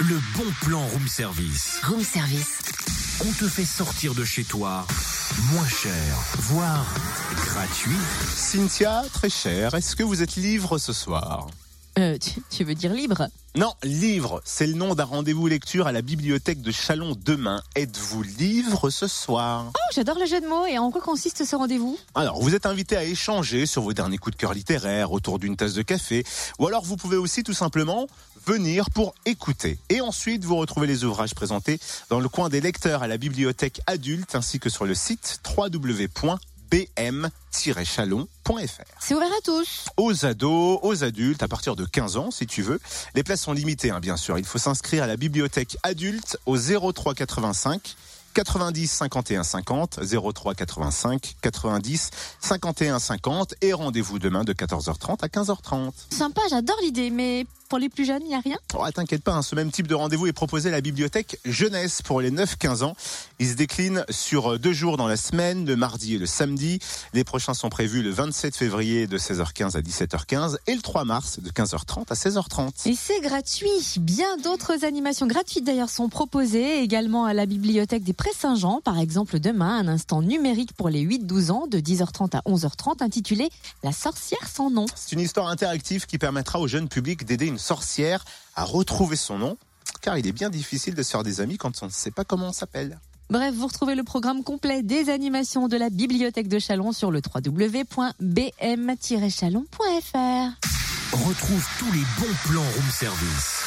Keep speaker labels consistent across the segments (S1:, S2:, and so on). S1: Le bon plan room service.
S2: Room service.
S1: On te fait sortir de chez toi moins cher, voire gratuit.
S3: Cynthia, très chère, est-ce que vous êtes livre ce soir
S4: Euh, tu, tu veux dire libre
S3: Non, livre, c'est le nom d'un rendez-vous lecture à la bibliothèque de Chalon demain. Êtes-vous livre ce soir
S4: Oh, j'adore le jeu de mots et en quoi consiste ce rendez-vous
S3: Alors, vous êtes invité à échanger sur vos derniers coups de cœur littéraires autour d'une tasse de café, ou alors vous pouvez aussi tout simplement venir pour écouter. Et ensuite, vous retrouvez les ouvrages présentés dans le coin des lecteurs à la bibliothèque adulte, ainsi que sur le site www.bm-chalon.fr.
S4: C'est ouvert à tous.
S3: aux ados, aux adultes, à partir de 15 ans si tu veux. Les places sont limitées, hein, bien sûr. Il faut s'inscrire à la bibliothèque adulte au 03 85 90 51 50, 03 85 90 51 50 et rendez-vous demain de 14h30 à 15h30.
S4: Sympa, j'adore l'idée, mais pour les plus jeunes, il n'y a rien
S3: Oh, ah, t'inquiète pas, hein, ce même type de rendez-vous est proposé à la bibliothèque jeunesse pour les 9-15 ans. Il se décline sur euh, deux jours dans la semaine, le mardi et le samedi. Les prochains sont prévus le 27 février de 16h15 à 17h15 et le 3 mars de 15h30 à 16h30.
S4: Et c'est gratuit. Bien d'autres animations gratuites d'ailleurs sont proposées également à la bibliothèque des Prés Saint-Jean. Par exemple, demain, un instant numérique pour les 8-12 ans de 10h30 à 11h30 intitulé La sorcière sans nom.
S3: C'est une histoire interactive qui permettra au jeune public d'aider une sorcière à retrouver son nom, car il est bien difficile de se faire des amis quand on ne sait pas comment on s'appelle.
S4: Bref, vous retrouvez le programme complet des animations de la bibliothèque de Chalon sur le www.bm-chalon.fr.
S1: Retrouve tous les bons plans room service.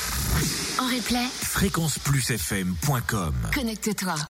S2: En replay,
S1: Fréquenceplusfm.com
S2: connecte-toi.